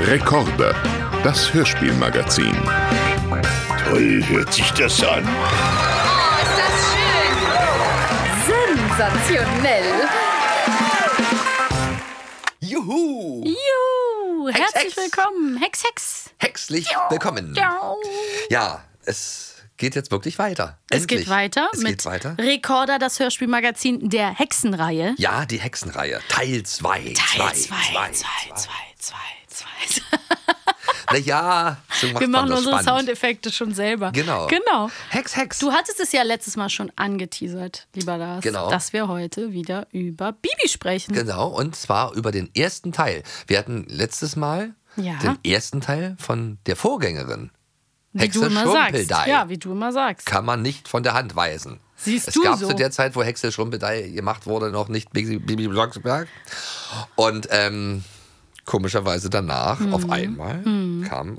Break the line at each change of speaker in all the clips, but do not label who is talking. Rekorde, das Hörspielmagazin.
Toll hört sich das an.
Oh, ist das schön! Sensationell!
Juhu!
Juhu!
Hex,
Herzlich
Hex.
willkommen. Hex, Hex.
Herzlich willkommen.
Ciao.
Ja, es geht jetzt wirklich weiter.
Es
Endlich.
geht weiter
es
mit
geht weiter.
Rekorder, das Hörspielmagazin der Hexenreihe.
Ja, die Hexenreihe. Teil 2.
Teil 2, 2, 2, 2, 2.
Naja, so macht
Wir
man
machen
das
unsere
spannend.
Soundeffekte schon selber.
Genau.
Genau.
Hex, Hex.
Du hattest es ja letztes Mal schon angeteasert, lieber Lars,
Genau.
dass wir heute wieder über Bibi sprechen.
Genau, und zwar über den ersten Teil. Wir hatten letztes Mal
Ja.
den ersten Teil von der Vorgängerin.
wie du
Hexe
immer sagst.
Schumpeldei.
Ja, wie du immer sagst.
Kann man nicht von der Hand weisen.
Siehst
es
du
gab
so.
zu der Zeit, wo Hexe Schrumpelei gemacht wurde, noch nicht Bibi Bibi Blocksberg. Und ähm, komischerweise danach auf einmal kam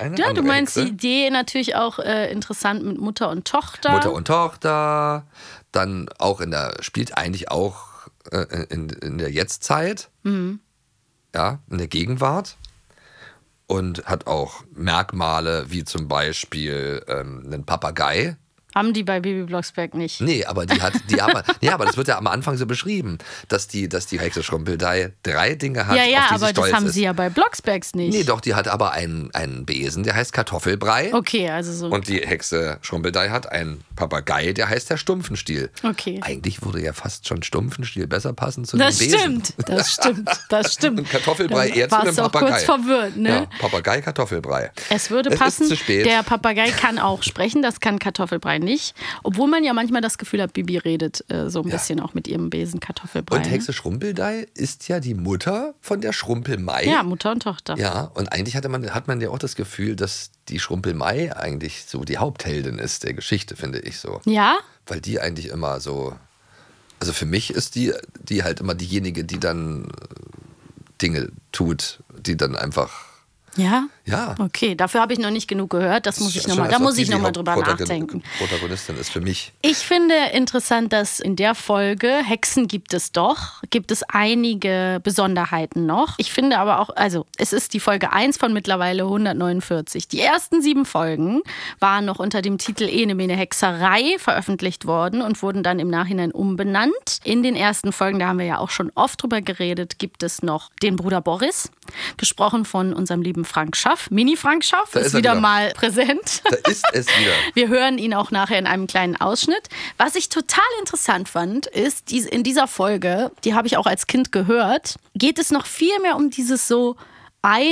eine
Mhm. Ja, du
andere
meinst die
Hexe.
Idee natürlich auch äh, interessant mit Mutter und Tochter.
Mutter und Tochter, dann auch in der, spielt eigentlich auch äh, in, in der Jetztzeit,
Mhm.
ja, in der Gegenwart und hat auch Merkmale wie zum Beispiel ähm, einen Papagei.
Haben die bei Baby Blocksberg nicht.
Nee, aber die hat, die aber, nee, aber das wird ja am Anfang so beschrieben, dass die, dass die Hexe Schrumpeldei drei Dinge hat,
ja, ja,
auf die
aber
sie stolz
das haben
ist.
sie ja bei Blocksbergs nicht.
Nee, doch, die hat aber einen, einen Besen, der heißt Kartoffelbrei.
Okay, also so.
Und die Hexe Schrumpeldei hat einen Papagei, der heißt der Stumpfenstiel.
Okay.
Eigentlich würde ja fast schon Stumpfenstiel besser passen zu
das
dem Also Besen.
stimmt, das stimmt, das stimmt.
Und Kartoffelbrei
Dann
eher zu einem
warst du auch
Papagei.
kurz verwirrt, ne?
Ja, Papagei, Kartoffelbrei.
Es würde
Es
passen,
Ist zu spät.
der Papagei kann auch sprechen, das kann Kartoffelbrei nicht. Obwohl man ja manchmal das Gefühl hat, Bibi redet äh, so ein bisschen auch mit ihrem Besen Kartoffelbrei.
und
ne?
Hexe Schrumpeldei ist ja die Mutter von der Schrumpelmei.
ja, Mutter und Tochter.
Ja, und eigentlich hatte man, hat man ja auch das Gefühl, dass die Schrumpelmei eigentlich so die Hauptheldin ist der Geschichte, finde ich so.
Ja?
weil die eigentlich immer so. Also für mich ist die, die halt immer diejenige, die dann äh, Dinge tut, die dann einfach.
Ja?
Ja.
Okay, dafür habe ich noch nicht genug gehört. Das muss ich noch
Schon
mal,
als
da
ob
muss
die
ich
die
nochmal drüber
Hauptprotagon-
nachdenken.
Protagonistin ist für mich.
Ich finde interessant, dass in der Folge Hexen gibt es doch, gibt es einige Besonderheiten noch. Ich finde aber auch, also es ist die Folge 1 von mittlerweile 149. Die ersten sieben Folgen waren noch unter dem Titel Enemene Hexerei veröffentlicht worden und wurden dann im Nachhinein umbenannt. In den ersten Folgen, da haben wir ja auch schon oft drüber geredet, gibt es noch den Bruder Boris, gesprochen von unserem lieben Frank Schaff. Mini Frank Schaff
Da
ist,
ist er
wieder,
wieder.
mal präsent.
Da ist es wieder.
Wir hören ihn auch nachher in einem kleinen Ausschnitt. Was ich total interessant fand, ist, dies- in dieser Folge, die habe ich auch als Kind gehört, geht es noch viel mehr um dieses so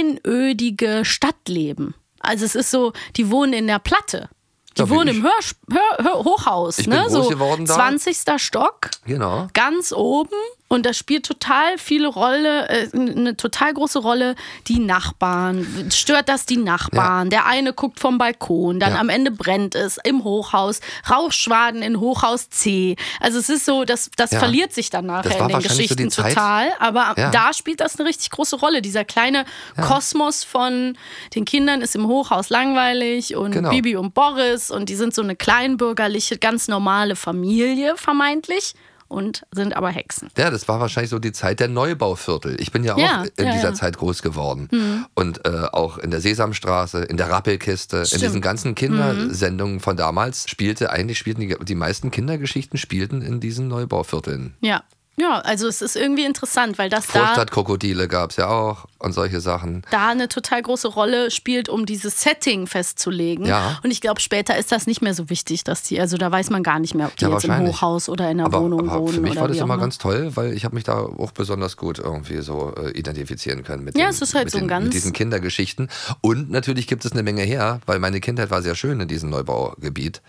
einödige Stadtleben. Also es ist so, die wohnen in der Platte. Die
Ja, wie
wohnen
ich.
im Hör, Hör, Hör, Hochhaus,
Ich bin
ne?
groß
so
geworden da.
20. Stock,
Genau.
ganz oben. Und das spielt total viele Rolle, äh, eine total große Rolle, die Nachbarn. Stört das die Nachbarn? Der eine guckt vom Balkon, dann
Ja.
am Ende brennt es im Hochhaus, Rauchschwaden in Hochhaus C. Also es ist so, das, das
Ja.
verliert sich dann nachher
war
in den
wahrscheinlich so die
Geschichten
Zeit.
total. Aber
Ja.
da spielt das eine richtig große Rolle. Dieser kleine Kosmos von den Kindern ist im Hochhaus langweilig und
Genau.
Bibi und Boris und die sind so eine kleinbürgerliche, ganz normale Familie vermeintlich und sind aber Hexen.
Ja, das war wahrscheinlich so die Zeit der Neubauviertel. Ich bin ja auch
Ja,
in
ja,
dieser
ja. Hm.
Zeit groß geworden. Und äh, auch in der Sesamstraße, in der Rappelkiste, in diesen ganzen
Hm.
Kindersendungen von damals spielte, eigentlich spielten die, die meisten Kindergeschichten spielten in diesen Neubauvierteln.
Ja. Ja, also es ist irgendwie interessant, weil das da,
Vorstadtkrokodile gab es ja auch und solche Sachen.
da eine total große Rolle spielt, um dieses Setting festzulegen.
Ja.
Und ich glaube, später ist das nicht mehr so wichtig, dass die, also da weiß man gar nicht mehr, ob die
Ja,
jetzt im
wahrscheinlich.
Hochhaus oder in einer
aber,
Wohnung
aber
wohnen.
für mich
oder
war das
wie auch
immer
immer.
ganz toll, weil ich habe mich da auch besonders gut irgendwie so äh, identifizieren können mit,
Ja,
den,
es ist halt
mit,
so ein
den,
ganz-
mit diesen Kindergeschichten. Und natürlich gibt es eine Menge her, weil meine Kindheit war sehr schön in diesem Neubaugebiet,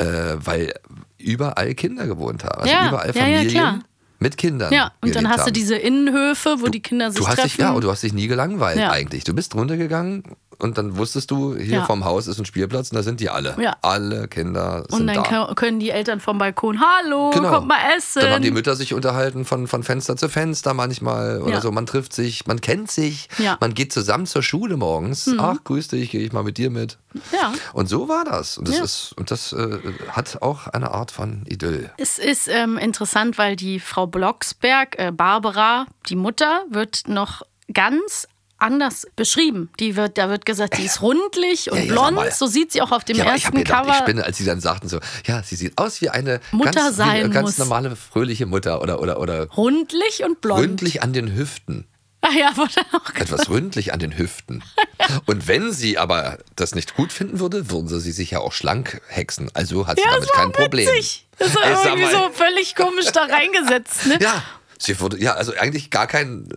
äh, weil überall Kinder gewohnt haben. Also
Mhm. Ja,
überall
ja, ja,
Familien
klar.
mit Kindern.
Ja, und dann
gelebt
hast du
haben.
diese Innenhöfe, wo die Kinder sich
Du hast
treffen.
dich, ja, und du hast dich nie gelangweilt
Ja.
eigentlich. Du bist runtergegangen und dann wusstest du, hier
Ja.
vorm Haus ist ein Spielplatz und da sind die alle.
Ja.
Alle Kinder sind
Und
da.
dann kö- können die Eltern vom Balkon, hallo, kommt Oh, mal essen.
Dann Genau. haben die Mütter sich unterhalten von, von Fenster zu Fenster manchmal oder
Ja.
so. Man trifft sich, man kennt sich,
Ja. Mhm.
man geht zusammen zur Schule morgens. Ach, grüß dich, gehe ich mal mit dir mit.
Ja.
Und so war das. Und das,
Ja.
ist, und das äh, hat auch eine Art von Idyll.
es ist ähm, interessant, weil die Frau Blocksberg, äh, Barbara, die Mutter, wird noch ganz anders beschrieben. Die wird, da wird gesagt, die ist rundlich und
Ja, ja, sag
blond.
mal.
So sieht sie auch auf dem
Ja, aber ich
ersten
habe gedacht,
Cover.
ich spinne, als sie dann sagten so, ja, sie sieht aus wie eine
Mutter
ganz, wie
sein
eine ganz
muss.
normale, fröhliche Mutter oder, oder, oder
rundlich und blond.
ründlich an den Hüften.
Ah ja, wurde auch gesagt.
Etwas ründlich an den Hüften. Und wenn sie aber das nicht gut finden würde, würden sie sich ja auch schlank hexen. Also hat sie
Ja,
damit
das war
kein Problem.
witzig. Das
Ich
war
sag
irgendwie
mal,
so völlig komisch da reingesetzt. Ne?
Ja, sie würde, ja, also eigentlich gar kein,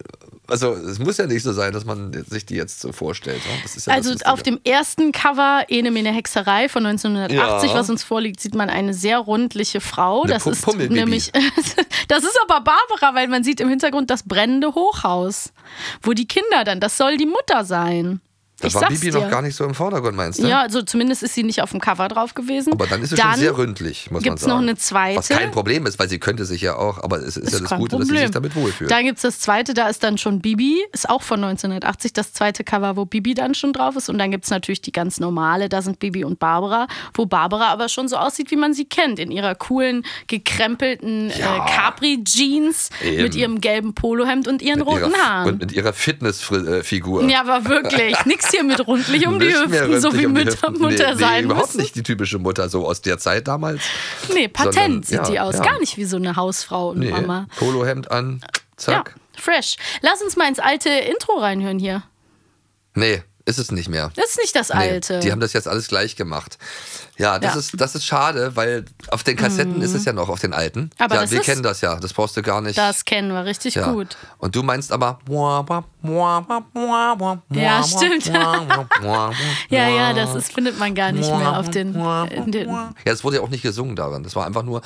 also es muss ja nicht so sein, dass man sich die jetzt so vorstellt. ne? Das ist ja das
Also
Lustige.
auf dem ersten Cover Ene Mene Hexerei von 1980,
Ja.
was uns vorliegt, sieht man eine sehr rundliche Frau.
Eine
das
Pu-
ist
Pummelbaby.
nämlich das ist aber Barbara, weil man sieht im Hintergrund das brennende Hochhaus, wo die Kinder dann, das soll die Mutter sein.
Da
ich
war
sag's
Bibi
dir.
noch gar nicht so im Vordergrund, meinst du?
Ja, also zumindest ist sie nicht auf dem Cover drauf gewesen.
Aber dann ist es schon sehr ründlich, muss
gibt's
man sagen.
noch eine zweite.
Was kein Problem ist, weil sie könnte sich ja auch, aber es ist, ja
Ist
das
kein
Gute, dass sie sich damit wohlfühlt.
Dann gibt es das zweite, da ist dann schon Bibi, ist auch von 1980 das zweite Cover, wo Bibi dann schon drauf ist. Und dann gibt es natürlich die ganz normale, da sind Bibi und Barbara, wo Barbara aber schon so aussieht, wie man sie kennt, in ihrer coolen, gekrempelten
Ja.
äh, Capri-Jeans mit
Eben.
ihrem gelben Polohemd und ihren
mit
roten
ihrer,
Haaren.
Und mit ihrer Fitnessfigur.
ja, aber wirklich, nix hier mit rundlich um die
Nicht mehr
Hüften, so
ründlich
wie
um die
Mütter,
Hüften.
Mutter
nee, nee,
sein
überhaupt
müssen.
nicht die typische Mutter so aus der Zeit damals.
Nee,
Sondern,
patent sieht
ja,
die aus,
ja.
gar nicht wie so eine Hausfrau und
Nee,
Mama.
Polohemd an, zack.
Ja, fresh. Lass uns mal ins alte Intro reinhören hier.
Nee, ist es nicht mehr.
Das ist nicht das
Nee,
alte.
Die haben das jetzt alles gleich gemacht. Ja, das,
Ja. Hm.
Ist, das ist schade, weil auf den Kassetten ist es ja noch, auf den alten.
Aber
ja,
das
wir
ist-
kennen das ja, das brauchst du gar nicht.
das kennen wir richtig
ja.
gut.
Und du meinst aber. Ja,
Ja, stimmt. Ja, ja, das ist, findet man gar nicht mehr auf den. In den
Ja, es wurde ja auch nicht gesungen darin. Das war einfach nur.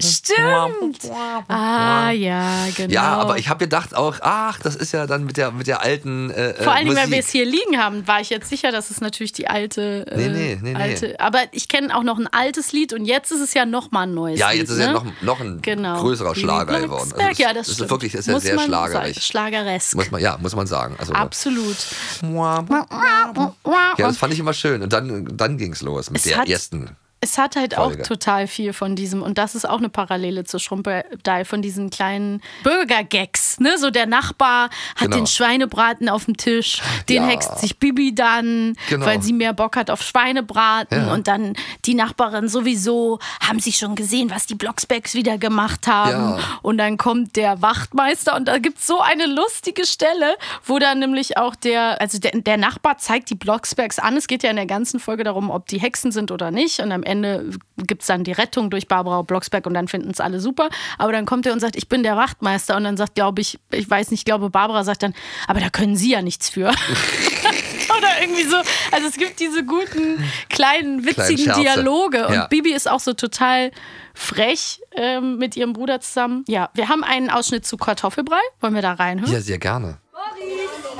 Stimmt. ah, ja, genau.
Ja, aber ich habe gedacht auch, ach, das ist ja dann mit der, mit der alten. Äh,
Vor allen
äh,
Dingen, weil wir
Musik.
es hier liegen haben, war ich jetzt sicher, dass es natürlich die alte. Äh,
Nee, nee, nee, nee.
alte aber ich kenne auch noch ein altes Lied und jetzt ist es ja nochmal ein neues.
Ja,
Lied,
jetzt ist
ne?
ja noch, noch ein
genau.
größerer
Die
Schlager
Blacksberg,
geworden. Also es
ja, das
es
stimmt.
ist wirklich, es ist ja
muss
sehr
man
schlagerig.
Sagen. Schlageresk.
Muss man, ja, muss man sagen. Also,
Absolut.
ja, das fand ich immer schön. Und dann, dann ging es los mit
Es
der
hat-
ersten.
Es hat halt
Folge.
auch total viel von diesem, und das ist auch eine Parallele zu Schrumpeldeil, von diesen kleinen Bürgergags. Ne? So der Nachbar hat
Genau.
den Schweinebraten auf dem Tisch, den
Ja.
hext sich Bibi dann,
Genau.
weil sie mehr Bock hat auf Schweinebraten.
Ja.
Und dann die Nachbarin sowieso, haben sie schon gesehen, was die Blocksbacks wieder gemacht
Ja.
haben. Und dann kommt der Wachtmeister und da gibt es so eine lustige Stelle, wo dann nämlich auch der, also der, der Nachbar zeigt die Blocksbergs an. Es geht ja in der ganzen Folge darum, ob die Hexen sind oder nicht. Und am Ende gibt es dann die Rettung durch Barbara Blocksberg und dann finden es alle super. Aber dann kommt er und sagt, ich bin der Wachtmeister. Und dann sagt, glaube ich, ich weiß nicht, ich glaube, Barbara sagt dann, aber da können Sie ja nichts für. Oder irgendwie so. Also es gibt diese guten, kleinen, witzigen
Scherze.
Dialoge. Und
Ja.
Bibi ist auch so total frech ähm, mit ihrem Bruder zusammen. Ja, wir haben einen Ausschnitt zu Kartoffelbrei. Wollen wir da reinhören?
Ja, sehr gerne.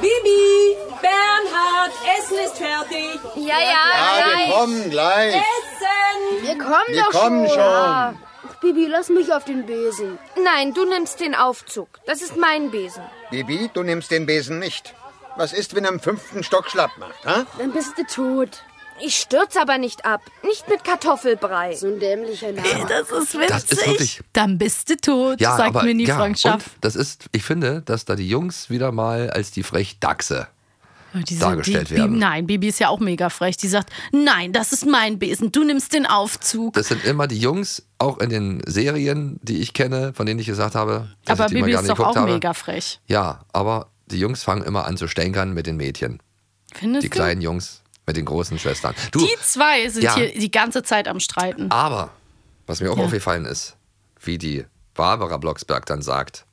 Bibi, Bernhard, Essen ist fertig.
Ja, ja,
Ah, wir
gleich.
kommen gleich.
Essen!
Wir kommen
Wir
Äh, doch
kommen
schon. Ah.
schon.
Ja. Bibi, lass mich auf den Besen.
Nein, du nimmst den Aufzug. Das ist mein Besen.
Bibi, du nimmst den Besen nicht. Was ist, wenn er im fünften Stock schlapp macht, ha?
Dann bist du tot.
Ich stürze aber nicht ab. Nicht mit Kartoffelbrei.
So ein dämlicher Name.
Das ist witzig.
Das ist wirklich-
Dann bist du tot,
Ja,
sagt
aber,
Mini
ja,
Frank Schaff.
Und das ist, ich finde, dass da die Jungs wieder mal als die frech Dachse.
Und Oh, die so,
dargestellt
die,
werden.
Bibi, nein, Bibi ist ja auch mega frech. Die sagt, nein, das ist mein Besen, du nimmst den Aufzug.
Das sind immer die Jungs, auch in den Serien, die ich kenne, von denen ich gesagt habe, dass
aber
ich die mal
Bibi
gar
ist
nicht
doch
geguckt
auch
habe.
mega frech.
Ja, aber die Jungs fangen immer an zu stänkern mit den Mädchen.
Findest
Die
du?
kleinen Jungs mit den großen Schwestern. Du,
Die zwei sind
Ja. Ah.
hier die ganze Zeit am Streiten.
aber, was mir auch
Ja.
aufgefallen ist, wie die Barbara Blocksberg dann sagt,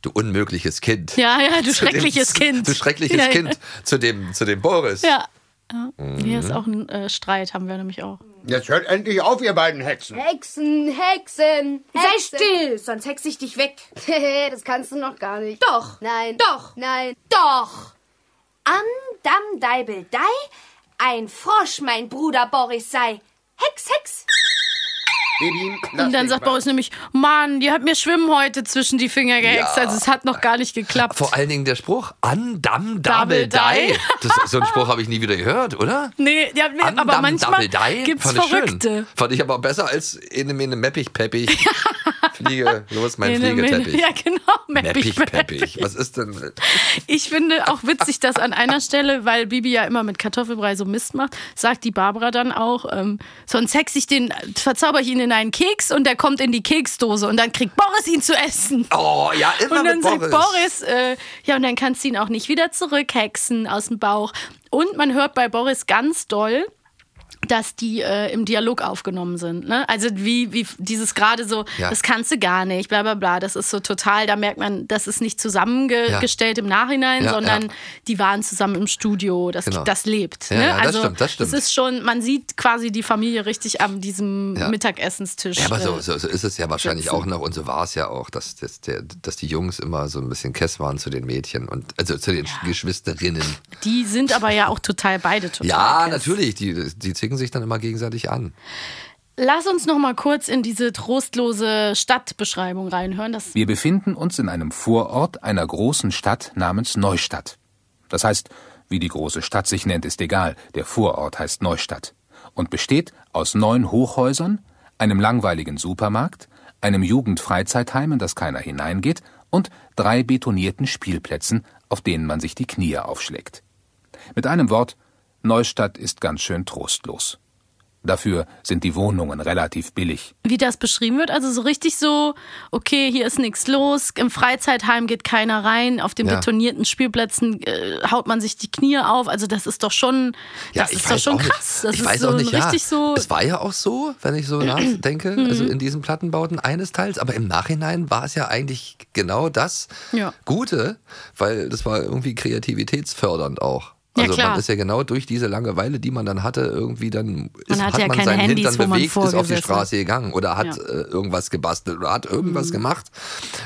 du unmögliches Kind.
Ja, ja,
Zu
du
dem-
schreckliches
zu-
Kind.
Du schreckliches
Ja, ja.
Kind Mhm. zu dem, zu dem Boris.
Ja. ja. Hier ist auch ein äh, Streit, haben wir nämlich auch.
Jetzt hört endlich auf, ihr beiden Hexen.
Hexen, Hexen.
Sei
Hexen.
still, sonst hex ich dich weg.
Hehe, das kannst du noch gar nicht.
Doch.
Nein.
Doch.
Nein.
Doch. Am Damm Deibel Dei, ein Frosch, mein Bruder Boris sei. Hex, Hex.
Bibi, lass
Und dann
dich
sagt
mal.
Boris nämlich, Mann, die hat mir Schwimmen heute zwischen die Finger gehext. Also es hat noch gar nicht geklappt.
Vor allen Dingen der Spruch, Andam Double
Double Die.
Die. Das, so einen Spruch habe ich nie wieder gehört, oder?
Nee, die hat mir,
Andam
aber manchmal
Double Die
gibt es
fand ich schön.
Verrückte.
Fand ich aber besser als in einem Meppich Peppich. Fliege, los mein
Nee, nee, nee.
Fliegeteppich.
Ja, genau.
Meppich,
Meppig,
Peppich. Was ist denn mit?
Ich finde auch witzig, dass an einer Stelle, weil Bibi ja immer mit Kartoffelbrei so Mist macht, sagt die Barbara dann auch, ähm, sonst hex ich den, verzauber ich ihn in einen Keks und der kommt in die Keksdose und dann kriegt Boris ihn zu essen.
Oh, ja, immer
Und dann
mit
sagt
Boris.
Boris, äh, ja, und dann kannst du ihn auch nicht wieder zurückhexen aus dem Bauch. Und man hört bei Boris ganz doll, dass die äh, im Dialog aufgenommen sind. Ne? Also wie, wie dieses gerade so,
Ja.
das kannst du gar nicht, bla bla bla. Das ist so total, da merkt man, das ist nicht zusammengestellt im Nachhinein,
Ja,
sondern
ja.
die waren zusammen im Studio. Das,
Genau.
das lebt.
Ja,
ne?
ja, das
also
stimmt, das stimmt.
es ist schon, man sieht quasi die Familie richtig an diesem
Ja.
Mittagessenstisch.
Ja, aber so,
äh,
so, so ist es ja wahrscheinlich auch noch und so war es ja auch, dass, dass, der, dass die Jungs immer so ein bisschen Kess waren zu den Mädchen und also zu den Geschwisterinnen.
Äh, Die sind aber ja auch total beide total.
Ja,
krass.
natürlich, die, die zicken sich dann immer gegenseitig an.
Lass uns noch mal kurz in diese trostlose Stadtbeschreibung reinhören. Das
Wir befinden uns in einem Vorort einer großen Stadt namens Neustadt. Das heißt, wie die große Stadt sich nennt, ist egal. Der Vorort heißt Neustadt und besteht aus neun Hochhäusern, einem langweiligen Supermarkt, einem Jugendfreizeitheim, in das keiner hineingeht, und drei betonierten Spielplätzen, auf denen man sich die Knie aufschlägt. Mit einem Wort, Neustadt ist ganz schön trostlos. Dafür sind die Wohnungen relativ billig.
wie das beschrieben wird, also so richtig so, okay, hier ist nichts los, im Freizeitheim geht keiner rein, auf den
Ja.
betonierten Spielplätzen äh, haut man sich die Knie auf. Also das ist doch schon,
Ja,
das
ich
ist
weiß
doch schon
auch nicht.
krass. Das
ich
ist
weiß
so
auch
ein
nicht,
richtig
ja.
so. Mhm.
Es war ja auch so, wenn ich so nachdenke, also in diesen Plattenbauten eines Teils, aber im Nachhinein war es ja eigentlich genau das
Ja.
Gute, weil das war irgendwie kreativitätsfördernd auch.
Ja,
Also
klar.
man ist ja genau durch diese Langeweile, die man dann hatte, irgendwie dann ist,
Man hatte
hat
ja
man
keine
seinen
Handys, wo
Hintern
man
bewegt, ist auf die
vorgesessen.
Straße gegangen oder hat
Ja. Mhm.
äh, irgendwas gebastelt oder hat irgendwas gemacht,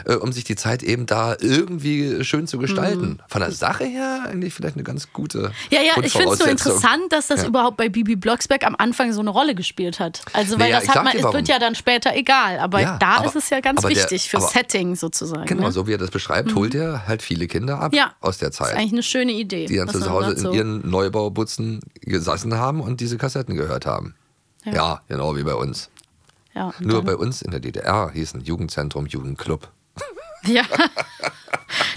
äh, um sich die Zeit eben da irgendwie schön zu gestalten. Von der Sache her eigentlich vielleicht eine ganz gute
Mhm. Ja, ja, ich finde es nur
Grundvoraussetzung.
interessant, dass das
Ja.
überhaupt bei Bibi Blocksberg am Anfang so eine Rolle gespielt hat. Also, weil
Nee, ja,
das
ich
hat
sag
man,
dir,
es
warum.
wird ja dann später egal, aber
Ja,
da
aber-
ist es ja ganz
aber der-
wichtig fürs
aber-
Setting sozusagen.
Genau,
ne?
so wie er das beschreibt, holt er halt viele Kinder ab
Ja.
aus der
Das ist
Zeit,
eigentlich eine schöne Idee.
die dann
was
zu
man
Hause
sagt, so.
in ihren Neubaubutzen gesessen haben und diese Kassetten gehört haben. Ja, genau wie bei uns.
ja, und
Nur
dann-
bei uns in der DDR hießen Jugendzentrum Jugendclub.
Ja.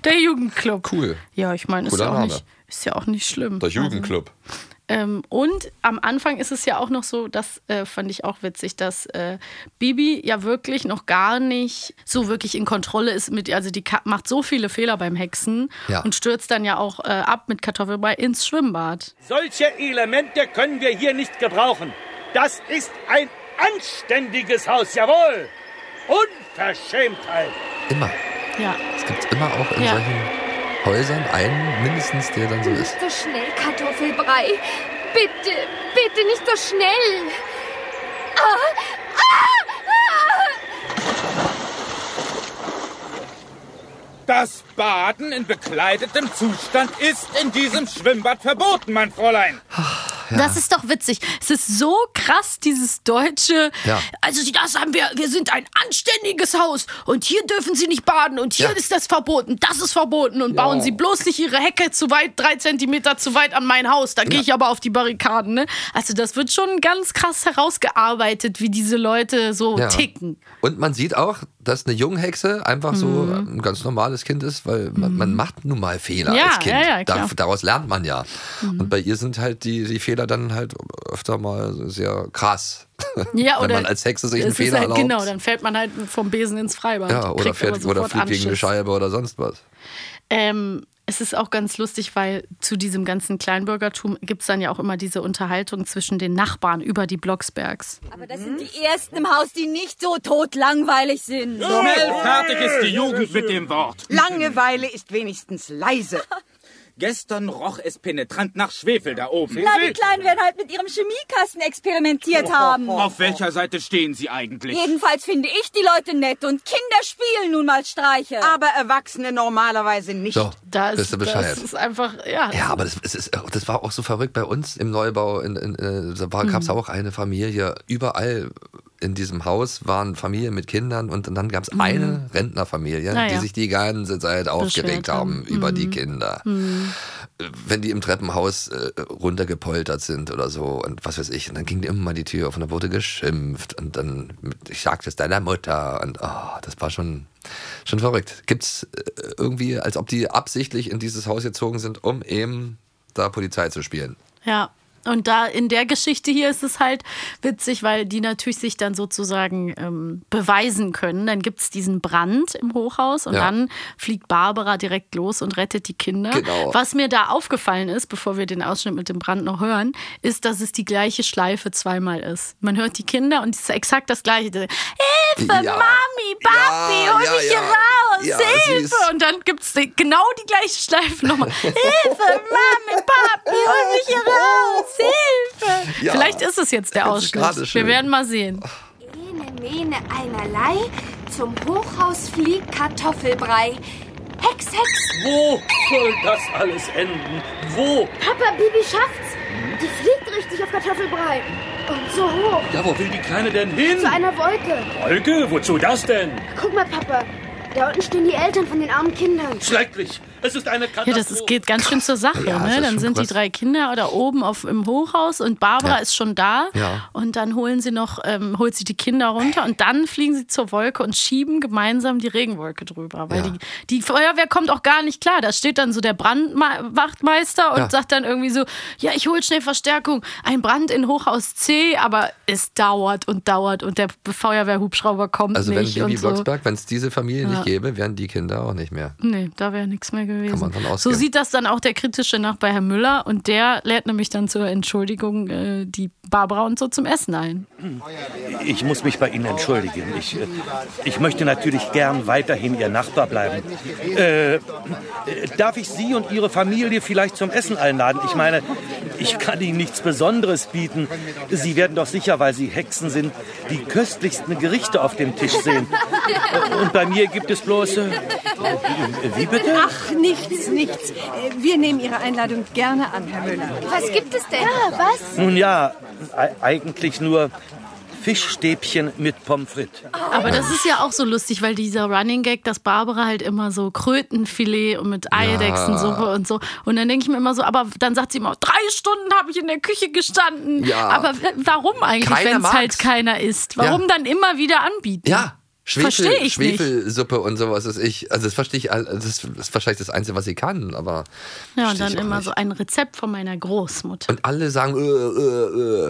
Der Jugendclub.
Cool.
Ja, ich meine, ist,
Cooler
ja auch
Name.
nicht- ist ja auch nicht schlimm.
Jugendclub.
Ähm, und am Anfang ist es ja auch noch so, das äh, fand ich auch witzig, dass äh, Bibi ja wirklich noch gar nicht so wirklich in Kontrolle ist mit, also die Ka- macht so viele Fehler beim Hexen
Ja.
und stürzt dann ja auch äh, ab mit Kartoffelbrei ins Schwimmbad.
Solche Elemente können wir hier nicht gebrauchen. Das ist ein anständiges Haus, jawohl. Unverschämtheit.
Immer.
Ja,
Es gibt immer auch in
Ja. Mhm.
solchen Häusern einen mindestens, der dann so ist.
Nicht so schnell, Kartoffelbrei. Bitte, bitte nicht so schnell.
Das Baden in bekleidetem Zustand ist in diesem Schwimmbad verboten, mein Fräulein.
Das ist doch witzig. Es ist so krass, dieses deutsche.
Ja.
Also, das haben wir. Wir sind ein anständiges Haus und hier dürfen Sie nicht baden und hier
Ja.
ist das verboten. Das ist verboten und bauen Sie bloß nicht Ihre Hecke zu weit, drei Zentimeter zu weit an mein Haus. Da gehe ich aber auf die Barrikaden. Ne? Also, das wird schon ganz krass herausgearbeitet, wie diese Leute so
Ja.
ticken.
Und man sieht auch, dass eine Junghexe einfach so ein ganz normales Kind ist, weil man, man macht nun mal Fehler
Mhm. Ja,
als Kind.
ja, ja,
Dar-
klar. Mhm.
daraus lernt man ja. Und bei ihr sind halt die, die Fehler dann halt öfter mal sehr krass.
Ja,
Wenn
oder
man als Hexe sich einen
es ist
Fehler
halt,
erlaubt.
Genau, dann fällt man halt vom Besen ins Freibad.
ja, oder
kriegt
fährt,
aber
oder
sofort
fliegt gegen eine
Anschiss.
Scheibe oder sonst was.
Ähm, es ist auch ganz lustig, weil zu diesem ganzen Kleinbürgertum gibt es dann ja auch immer diese Unterhaltung zwischen den Nachbarn über die Blocksbergs.
Aber das
Hm?
sind die ersten im Haus, die nicht so totlangweilig sind.
Schnell fertig ist die Jugend mit dem Wort.
Langeweile ist wenigstens leise.
Gestern roch es penetrant nach Schwefel da oben.
Na, die Kleinen werden halt mit ihrem Chemiekasten
Oh,
experimentiert haben.
Auf welcher Seite stehen Sie eigentlich?
Jedenfalls finde ich die Leute nett und Kinder spielen nun mal Streiche. Aber Erwachsene normalerweise nicht.
So,
Da ist,
bist du Bescheid.
Das ist einfach, ja.
Ja, aber das, es ist, das war auch
Mhm.
so verrückt bei uns im Neubau. In, in, äh, da gab es auch eine Familie. Überall in diesem Haus waren Familien mit Kindern und dann gab es
Mhm.
eine Rentnerfamilie,
Naja.
die sich die ganze Zeit aufgeregt haben über
Mhm.
die Kinder. Wenn die im Treppenhaus äh, runtergepoltert sind oder so und was weiß ich, und dann ging die immer mal die Tür auf und dann wurde geschimpft und dann, mit- ich sagte es deiner Mutter und oh, das war schon, schon verrückt. Gibt's äh, irgendwie, als ob die absichtlich in dieses Haus gezogen sind, um eben da Polizei zu spielen?
Ja. Und da in der Geschichte hier ist es halt witzig, weil die natürlich sich dann sozusagen ähm, beweisen können. Dann gibt es diesen Brand im Hochhaus und
Ja.
dann fliegt Barbara direkt los und rettet die Kinder.
Genau.
Was mir da aufgefallen ist, bevor wir den Ausschnitt mit dem Brand noch hören, ist, dass es die gleiche Schleife zweimal ist. Man hört die Kinder und es ist exakt das gleiche. Hilfe,
Ja.
Mami, Papi,
Ja,
hol
ja,
mich
ja.
hier raus,
Ja,
Hilfe!
süß.
Und dann gibt es genau die gleiche Schleife nochmal. Hilfe, Mami, Papi, hol mich hier raus, Hilfe!
Ja.
Vielleicht ist es jetzt der
Jetzt ist gerade
Ausschnitt. Wir
schön.
werden mal sehen.
Ene, mene, einerlei. Zum Hochhaus fliegt Kartoffelbrei. Hex, Hex.
Wo soll das alles enden? Wo?
Papa, Bibi schafft's. Die fliegt richtig auf Kartoffelbrei. Und so hoch.
Ja, wo will die Kleine denn hin?
Zu einer Wolke.
Wolke? Wozu das denn?
Guck mal, Papa. Da unten stehen die Eltern von den armen Kindern.
Schrecklich. Es ist eine Katastrophe.
Ja, das ist, geht ganz schön zur Sache.
Ja, das
ne?
ist
Dann
schon
sind die
krass.
drei Kinder da oben auf, im Hochhaus und Barbara
Ja.
ist schon da.
Ja.
Und dann holen sie noch, ähm, holt sie die Kinder runter und dann fliegen sie zur Wolke und schieben gemeinsam die Regenwolke drüber. Weil
Ja.
die, die Feuerwehr kommt auch gar nicht klar. Da steht dann so der Brandwachtmeister und
Ja.
sagt dann irgendwie so: Ja, ich hol schnell Verstärkung. Ein Brand in Hochhaus C, aber es dauert und dauert und der Feuerwehrhubschrauber kommt
Also wenn
nicht.
Bibi
und so.
Blocksberg, wenn es diese Familie
Ja.
nicht gäbe, wären die Kinder auch nicht mehr.
Nee, da wäre nichts mehr gewesen.
Kann man von
so
ausgehen.
sieht das dann auch der kritische Nachbar Herr Müller und der lädt nämlich dann zur Entschuldigung äh, die Barbara und so zum Essen ein.
Ich muss mich bei Ihnen entschuldigen. Ich, äh, ich möchte natürlich gern weiterhin Ihr Nachbar bleiben. Äh, äh, darf ich Sie und Ihre Familie vielleicht zum Essen einladen? Ich meine, ich kann Ihnen nichts Besonderes bieten. Sie werden doch sicher, weil Sie Hexen sind, die köstlichsten Gerichte auf dem Tisch sehen. Äh, Und bei mir gibt es bloß... Äh, wie- wie bitte?
Ach, nichts, nichts. Äh, Wir nehmen Ihre Einladung gerne an, Herr Müller.
Was gibt es denn? Ja, was?
Nun ja, e- eigentlich nur Fischstäbchen mit Pommes frites.
Aber das ist ja auch so lustig, weil dieser Running Gag, dass Barbara halt immer so Krötenfilet und mit Eidechsensuppe und so. Und dann denke ich mir immer so, aber dann sagt sie immer, drei Stunden habe ich in der Küche gestanden.
Ja.
Aber w- warum eigentlich,
Keiner
wenn es
mag's.
halt keiner isst? Warum
Ja.
dann immer wieder anbieten?
Ja, Schwefel,
Verstehe ich nicht.
Schwefelsuppe und sowas ist ich. Also das verstehe ich, all- das ist wahrscheinlich das Einzige, was sie kann, aber.
Ja,
verstehe
und dann
ich auch
immer
nicht.
so ein Rezept von meiner Großmutter.
Und alle sagen, äh, äh,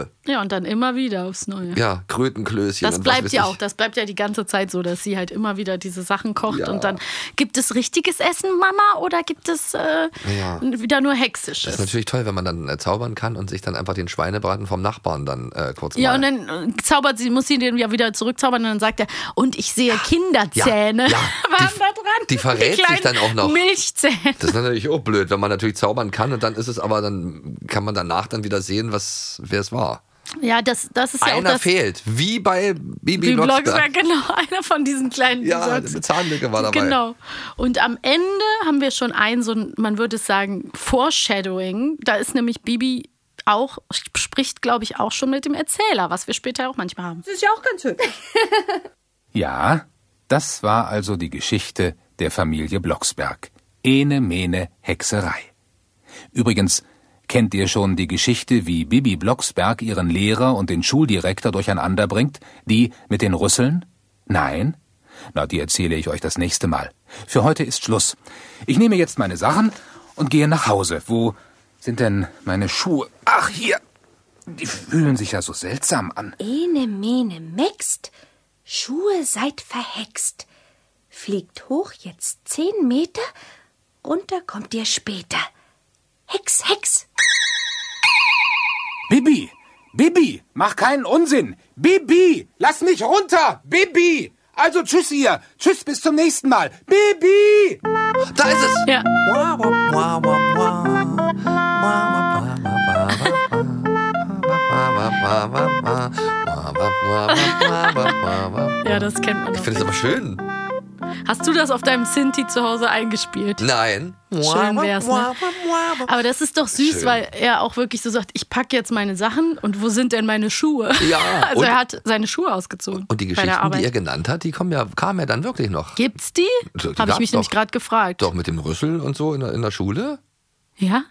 äh.
Ja, und dann immer wieder aufs Neue.
Ja, Krötenklößchen.
Das
und was
bleibt
weiß
ja
ich.
auch, das bleibt ja die ganze Zeit so, dass sie halt immer wieder diese Sachen kocht
Ja.
und dann gibt es richtiges Essen, Mama, oder gibt es äh,
Ja.
wieder nur
Das
hexisches?
ist natürlich toll, wenn man dann äh, zaubern kann und sich dann einfach den Schweinebraten vom Nachbarn dann äh, kurz
Ja,
mal.
und dann äh, zaubert sie, muss sie den ja wieder zurückzaubern und dann sagt er, und ich sehe Kinderzähne.
ja,
waren da dran.
die verrät sich
kleinen
dann auch noch.
Milchzähne.
das ist natürlich auch blöd, wenn man natürlich zaubern kann und dann ist es aber, dann kann man danach dann wieder sehen, was, wer es war.
Ja, das, das ist ja auch
Einer
das.
fehlt, wie bei Bibi
Die Blocksberg,
Blocksberg.
genau, einer von diesen kleinen
Ja,
dieser-
eine Zahnlücke war dabei.
Genau. Und am Ende haben wir schon ein, so ein, man würde es sagen, Foreshadowing. Da ist nämlich Bibi auch, spricht, glaube ich, auch schon mit dem Erzähler, was wir später auch manchmal haben.
Das ist ja auch ganz hübsch.
Ja, das war also die Geschichte der Familie Blocksberg. Ene Mene Hexerei. Übrigens, kennt ihr schon die Geschichte, wie Bibi Blocksberg ihren Lehrer und den Schuldirektor durcheinander bringt? Die mit den Rüsseln? Nein? Na, die erzähle ich euch das nächste Mal. Für heute ist Schluss. Ich nehme jetzt meine Sachen und gehe nach Hause. Wo sind denn meine Schuhe? Ach, hier. Die fühlen sich ja so seltsam an.
Ene, mene, mext. Schuhe seid verhext. Fliegt hoch jetzt zehn Meter, runter kommt ihr später. Hex, Hex.
Bibi! Bibi! Mach keinen Unsinn! Bibi! Lass mich runter! Bibi! Also tschüss ihr! Tschüss, bis zum nächsten Mal! Bibi!
Da ist es!
Ja.
Ja,
das kennt man.
Ich finde es aber schön.
Hast du das auf deinem Sinti zu Hause eingespielt?
Nein.
Schön wär's, ne? Aber das ist doch süß,
Schön.
weil er auch wirklich so sagt, ich packe jetzt meine Sachen und wo sind denn meine Schuhe?
Ja,
Also
und-
er hat seine Schuhe ausgezogen.
Und die
bei der
Geschichten,
Arbeit.
die er genannt hat, die kommen ja, kamen ja dann wirklich noch.
Gibt's die?
So, die
Habe ich
gab's
mich nämlich
doch.
gerade gefragt.
Doch mit dem Rüssel und so in der, in der Schule?
Ja?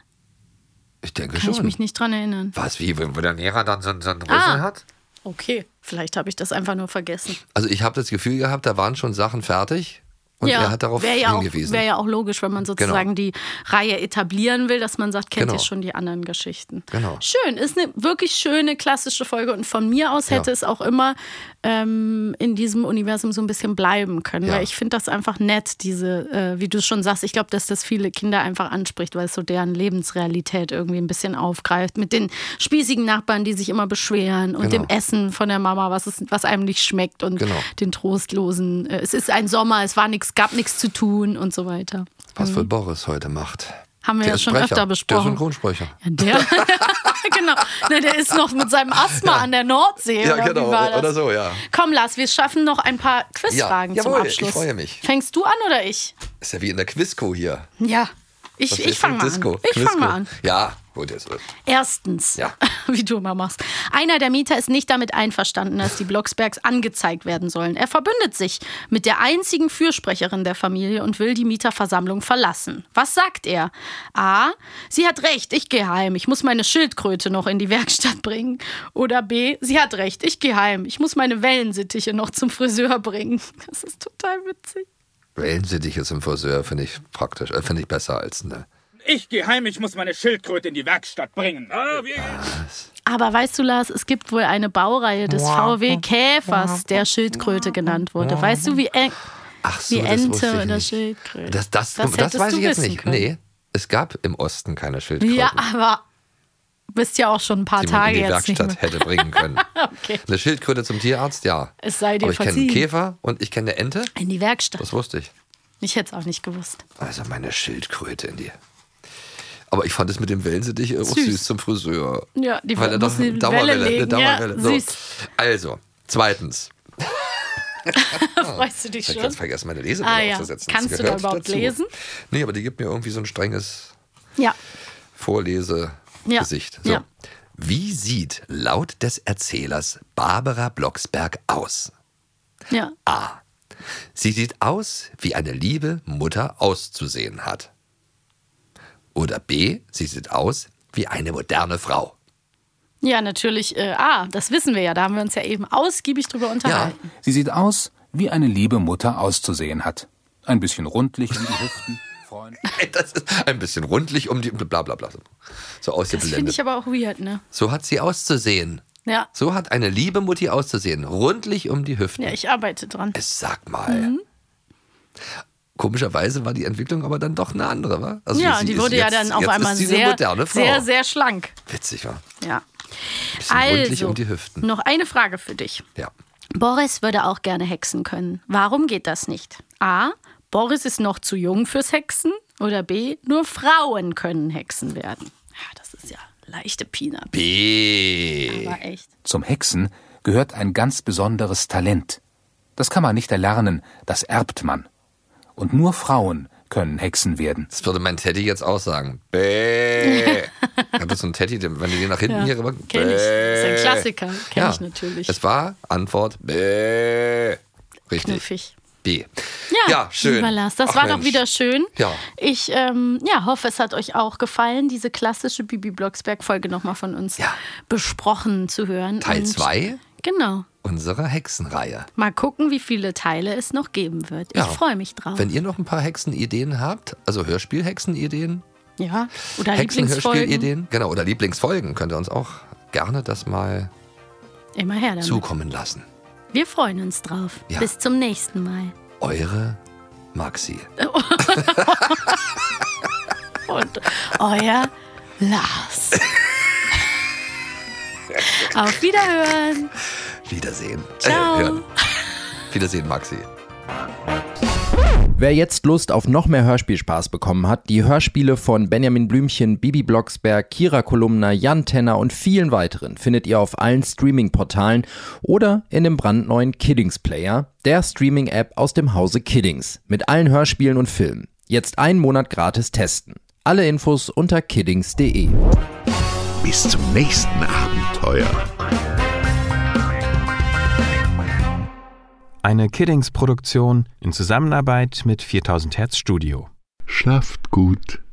Ich denke
Kann
schon.
ich mich nicht dran erinnern.
Was, wie, wenn der Lehrer dann so, so einen Rüssel
Ah,
hat?
okay. Vielleicht habe ich das einfach nur vergessen.
Also ich habe das Gefühl gehabt, da waren schon Sachen fertig und er hat darauf
wär ja
hingewiesen.
Wäre ja auch logisch, wenn man sozusagen die Reihe etablieren will, dass man sagt, kennt
Genau.
ihr schon die anderen Geschichten.
Genau.
Schön, ist eine wirklich schöne klassische Folge und von mir aus
Ja.
hätte es auch immer ähm, in diesem Universum so ein bisschen bleiben können,
Ja.
weil ich finde das einfach nett, diese, äh, wie du schon sagst, ich glaube, dass das viele Kinder einfach anspricht, weil es so deren Lebensrealität irgendwie ein bisschen aufgreift mit den spießigen Nachbarn, die sich immer beschweren und
Genau.
dem Essen von der Mama, was, es, was einem nicht schmeckt und
Genau.
den Trostlosen. äh, Es ist ein Sommer, es war nix, gab nichts zu tun und so weiter.
Was
Mhm.
wohl Boris heute macht.
Haben wir
Der
ja
ist
schon
Sprecher.
öfter
Der ist
besprochen.
Synchronsprecher.
Ja, der, genau. Na, der ist noch mit seinem Asthma an der Nordsee.
Ja,
oder
genau,
Wie war das?
oder so, ja.
Komm, Lars, wir schaffen noch ein paar Quizfragen
Ja,
zum
jawohl, ich
Abschluss.
freue mich.
Fängst du an oder ich?
Ist ja wie in der Quizco hier.
Ja.
Was
Ich,
ist
ich fange
denn
mal
Disco?
an. Ich
Quizco.
fange mal an.
Ja, gut. Jetzt.
Erstens,
Ja.
wie du immer machst, einer der Mieter ist nicht damit einverstanden, dass die Blocksbergs angezeigt werden sollen. Er verbündet sich mit der einzigen Fürsprecherin der Familie und will die Mieterversammlung verlassen. Was sagt er? A. Sie hat recht, ich gehe heim. Ich muss meine Schildkröte noch in die Werkstatt bringen. Oder B. Sie hat recht, ich gehe heim. Ich muss meine Wellensittiche noch zum Friseur bringen. Das ist total witzig.
Wählen Sie dich jetzt im Friseur, finde ich praktisch. Äh, finde ich besser als eine.
Ich gehe heim, ich muss meine Schildkröte in die Werkstatt bringen.
Aber weißt du, Lars, es gibt wohl eine Baureihe des VW-Käfers, der Schildkröte genannt wurde. Weißt du, wie, eng,
so,
wie
das wusste
Ente
ich
oder
nicht.
Schildkröte?
Das, das, das,
hättest
weiß
du
ich jetzt
wissen
nicht.
können.
Nee, es gab im Osten keine Schildkröten,
Ja, aber bist ja auch schon ein paar
die man in
Tage
die
jetzt nicht
Werkstatt
mehr.
hätte bringen können.
Okay.
Eine Schildkröte zum Tierarzt, ja.
Es sei dir
aber ich kenne einen
verziehen.
Käfer und ich kenne eine Ente.
In die Werkstatt.
Das wusste ich.
Ich hätte es auch nicht gewusst.
Also meine Schildkröte in dir. Aber ich fand es mit dem Wellensittich äh, auch süß,
Süß.
zum Friseur.
Ja, die
Weil er doch
muss die
eine Dauerwelle,
Welle legen,
eine Dauerwelle.
ja,
so.
süß.
Also, zweitens. Ah,
Freust du dich
Ich habe
schon?
ganz vergessen, meine Lesebrille
Ah ja.
aufzusetzen. Das
Kannst du da
gehört
überhaupt
dazu.
lesen?
Nee, aber die gibt mir irgendwie so ein strenges
Ja. Ja.
Vorlesegesicht. So.
Ja.
Wie sieht laut des Erzählers Barbara Blocksberg aus?
Ja.
A. Sie sieht aus, wie eine liebe Mutter auszusehen hat. Oder B. Sie sieht aus wie eine moderne Frau.
ja, natürlich. Äh, ah, das wissen wir ja. Da haben wir uns ja eben ausgiebig drüber unterhalten.
Sie sieht aus, wie eine liebe Mutter auszusehen hat. Ein bisschen rundlich um die Hüften.
Das ist ein bisschen rundlich um die. bla bla bla. So
Das finde ich
ausgeblendet.
aber auch weird, ne?
So hat sie auszusehen.
Ja.
So hat eine liebe Mutti auszusehen. Rundlich um die Hüften.
Ja, ich Mhm. arbeite dran.
Es sag mal. Komischerweise war die Entwicklung aber dann doch eine andere, wa? Also
ja,
sie
die
ist
wurde ja
jetzt-
dann auf
jetzt
einmal
ist sie eine
sehr,
moderne Frau.
sehr, sehr schlank.
Witzig, wa?
Ja.
bisschen rundlich
Also,
um die Hüften.
noch eine Frage für dich.
Ja.
Boris würde auch gerne hexen können. Warum geht das nicht? A. Boris ist noch zu jung fürs Hexen. Oder B. Nur Frauen können Hexen werden. Ja, das ist ja leichte Peanut.
B.
Aber echt.
Zum Hexen gehört ein ganz besonderes Talent. Das kann man nicht erlernen, das erbt man. Und nur Frauen können Hexen werden.
Das würde mein Teddy jetzt auch sagen. Bäh. Ich habe so einen Teddy, den- wenn du den nach hinten
Ja,
hier rüber.
kenn ich. Das ist ein
Bäh.
Klassiker. Kenn ich natürlich.
Es war Antwort Bäh. Richtig.
Knuffig.
B.
Ja,
Ja, schön.
lieber Lars, das
Ach,
war doch
Mensch.
wieder schön.
Ja.
Ich ähm, ja, hoffe, es hat euch auch gefallen, diese klassische Bibi Blocksberg-Folge nochmal von uns besprochen zu hören.
Teil
Und-
2
Genau.
unserer Hexenreihe.
Mal gucken, wie viele Teile es noch geben wird.
Ja.
Ich freue mich drauf.
Wenn ihr noch ein paar Hexenideen habt, also Hörspiel-Hexenideen,
ja. Oder Lieblingsfolgen.
Hexenhörspiel-Ideen, genau, oder Lieblingsfolgen, könnt ihr uns auch gerne das mal
Immer her damit.
zukommen lassen.
Wir freuen uns drauf.
Ja.
Bis zum nächsten Mal.
Eure Maxi.
Und euer Lars. Auf Wiederhören.
Wiedersehen. Äh,
Ciao.
hören. Wiedersehen, Maxi.
Wer jetzt Lust auf noch mehr Hörspielspaß bekommen hat, die Hörspiele von Benjamin Blümchen, Bibi Blocksberg, Kira Kolumna, Jan Tenner und vielen weiteren findet ihr auf allen Streaming-Portalen oder in dem brandneuen Kiddings Player, der Streaming-App aus dem Hause Kiddings, mit allen Hörspielen und Filmen. Jetzt einen Monat gratis testen. Alle Infos unter kiddings.de.
Bis zum nächsten Abenteuer.
Eine Kiddings-Produktion in Zusammenarbeit mit 4000 Hertz Studio.
Schlaft gut.